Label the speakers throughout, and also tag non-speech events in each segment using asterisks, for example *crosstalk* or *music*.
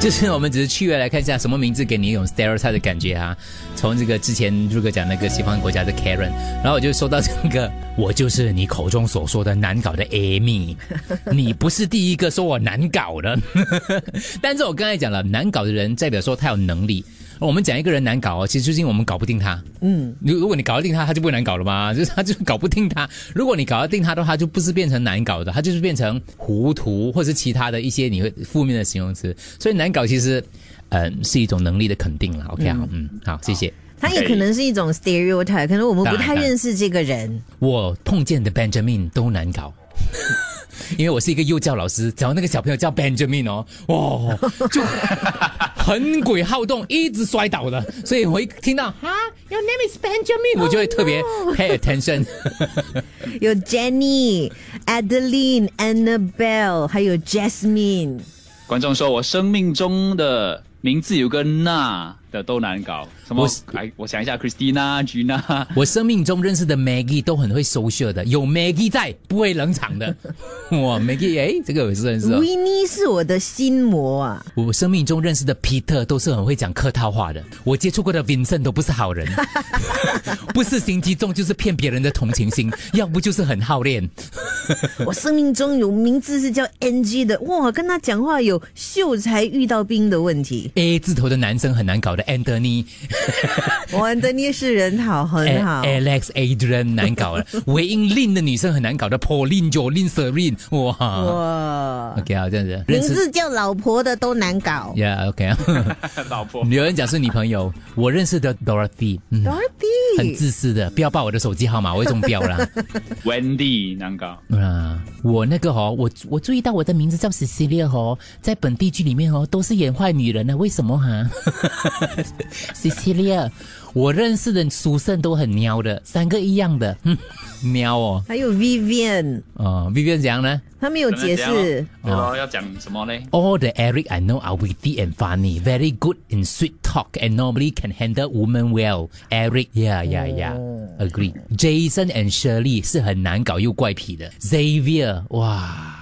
Speaker 1: 就是我们只是趣味来看一下什么名字给你一种 stereotype 的感觉啊。从这个之前如果讲那个西方国家的 Karen，然后我就收到这个，我就是你口中所说的难搞的 Amy，你不是第一个说我难搞的。但是我刚才讲了，难搞的人代表说他有能力。我们讲一个人难搞哦，其实就是因为我们搞不定他。嗯，如如果你搞得定他，他就不会难搞了嘛， *laughs* 就是他就是搞不定他。如果你搞得定他的话，就不是变成难搞的，他就是变成糊涂或是其他的一些你会负面的形容词。所以难搞其实，嗯、是一种能力的肯定了。OK，好，嗯，好，谢谢。
Speaker 2: 它也可能是一种 stereotype，可能我们不
Speaker 1: 当
Speaker 2: 太
Speaker 1: 然
Speaker 2: 认识这个人。
Speaker 1: 我碰见的 Benjamin 都难搞。 *laughs* 因为我是一个幼教老师，只要那个小朋友叫 Benjamin 哦，哇、就很鬼好动，一直摔倒的，所以我一听到哈，Your name is Benjamin，我就会 *laughs* Oh, 特别 pay attention。
Speaker 2: 有 Jenny、Adeline、Annabelle，还有 Jasmine。
Speaker 3: 观众说我生命中的名字有个娜的都难搞，什么
Speaker 1: 我是？
Speaker 3: 来，我想一下，Christina、Gina，
Speaker 1: *laughs* 我生命中认识的 Maggie 都很会 social 的，有 Maggie 在不会冷场的。哇，Maggie，哎，这个我也是认识哦。
Speaker 2: 维尼是我的心
Speaker 1: *laughs*
Speaker 2: 魔啊！
Speaker 1: 我生命中认识的 Peter 都是很会讲客套话的，我接触过的 Vincent 都不是好人， *laughs* 不是心机重就是骗别人的同情心，要不就是很好练。
Speaker 2: 我生命中有名字是叫 NG 的，哇，跟他讲话有秀才遇到兵的问题。
Speaker 1: A 字头的男生很难搞的，Anthony、
Speaker 2: 我的烈士人好，很好。
Speaker 1: A- Alex、Adrian 难搞了，尾音 Lin 的女生很难搞的，Pauline、Jolin、Serin，哇
Speaker 2: 哇，
Speaker 1: ，OK 啊，这样子哎
Speaker 2: 名
Speaker 1: 认识
Speaker 2: 字叫老婆的都难搞。
Speaker 1: ，Yeah，OK *laughs* 啊，
Speaker 3: 老婆。
Speaker 1: 有人讲是女朋友，我认识的 Dorothy，嗯，很
Speaker 2: Dorothy，
Speaker 1: 自私的，不要报我的手机号码，我会中标啦。
Speaker 3: Wendy 难搞，
Speaker 1: 啊，我那个哦，我我注意到我的名字叫 Cecilia 哦，在本地剧里面哦都是演坏女人的，为什么哈、？Cecilia，我认识的书生都很喵的，三个一样的，嗯，喵哦，
Speaker 2: 还有 Vivian，
Speaker 1: 哦，Vivian 怎样呢
Speaker 2: 他没有解
Speaker 3: 怎
Speaker 2: 释
Speaker 3: 么样。咯对
Speaker 1: 哦
Speaker 3: 咯，要讲哦
Speaker 1: *laughs*
Speaker 3: 什么嘞？
Speaker 1: ？All the Eric I know are witty and funny, very good in sweet talk, and normally can handle women well. Eric, yeah, yeah, yeah, agree. Jason and Shirley 是很难搞又怪癖的。Xavier，哇。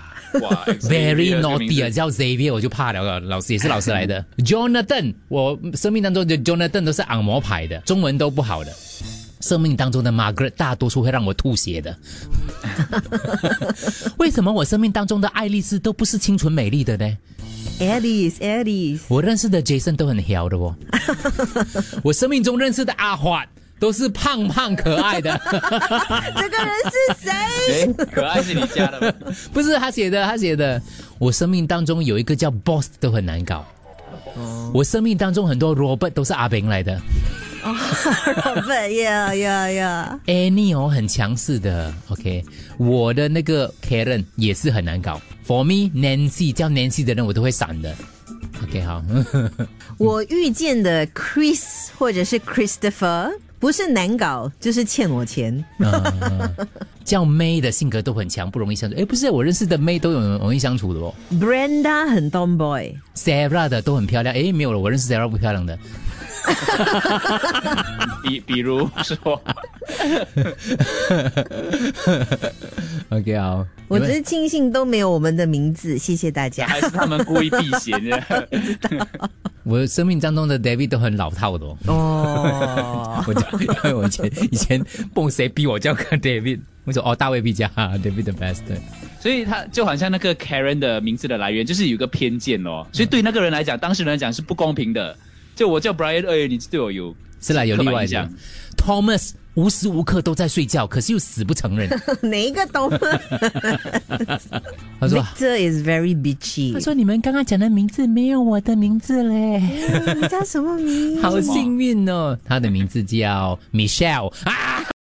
Speaker 3: 哇
Speaker 1: Very 啊
Speaker 3: 这个名
Speaker 1: naughty 啊，
Speaker 3: 字
Speaker 1: 叫 Xavier 我就怕了了，老师也是老师来
Speaker 3: *laughs*
Speaker 1: 的。Jonathan，我生命当中的 Jonathan 都是昂魔牌的，中文都不好的。生命当中的 Margaret 大多数会让我吐血
Speaker 3: *laughs*
Speaker 1: 的。为什么我生命当中的爱丽丝都不是清纯美丽的呢？
Speaker 2: Alice，Alice，
Speaker 1: 我认识的 Jason 都很屌的哦。
Speaker 3: *laughs*
Speaker 1: 我生命中认识的阿华都是胖胖可爱的。
Speaker 2: 这个人是
Speaker 1: 啊
Speaker 2: 谁？
Speaker 3: 哎，可爱是你家的吗
Speaker 1: *laughs* 不是他写的，他写的。我生命当中有一个叫 Boss 都很难搞。我生命当中很多 Robert 都是阿炳来的
Speaker 2: 不，呀呀呀！
Speaker 1: ，Annie 哦很强势的，OK。我的那个 Karen 也是很难搞。For me Nancy 叫 Nancy 的人我都会闪的，OK 好。
Speaker 2: 我遇见的 Chris 或者是 Christopher 不是难搞，就是欠我钱。
Speaker 1: 叫 May 的性格都很强，不容易相处。诶，不是，我认识的 May 都有容易相处的哦。
Speaker 2: Brenda 很 tomboy。
Speaker 1: Sarah 的都很漂亮，诶，没有了，我认识 Sarah 不漂亮的。
Speaker 3: 比比如说，
Speaker 1: OK 好，
Speaker 2: 我
Speaker 1: 你们
Speaker 2: 真是庆幸都没有我们的名字，谢谢大
Speaker 3: 还
Speaker 2: 家。
Speaker 3: 是他们故意避嫌的。
Speaker 1: 我生命当中的 David 都很老套的哦。
Speaker 2: 哦，
Speaker 1: 我
Speaker 3: *laughs*
Speaker 1: 讲，因为我以前以前蹦谁逼我叫看 David，我说哦大卫毕加哈 David the best，对
Speaker 3: 所以他就好像那个 Karen 的名字的来源，就是有一个偏见哦。所以对那个人来讲，当事人来讲是不公平的。就我叫 Brian，哎，你对我有
Speaker 1: 是啦有例外
Speaker 3: 刻板
Speaker 1: 的
Speaker 3: 印象。
Speaker 1: Thomas 无时无刻都在睡觉，可是又死不承
Speaker 3: *laughs*
Speaker 1: 认。
Speaker 2: *laughs* 哪一个都
Speaker 1: 他说。
Speaker 2: 这 is very
Speaker 1: 他
Speaker 2: bitchy。
Speaker 1: 说：“你们刚刚讲的名字没有我的名字嘞，
Speaker 2: 嗯你叫什么名？
Speaker 1: 好幸运哦！他的名字叫 Michelle 啊。”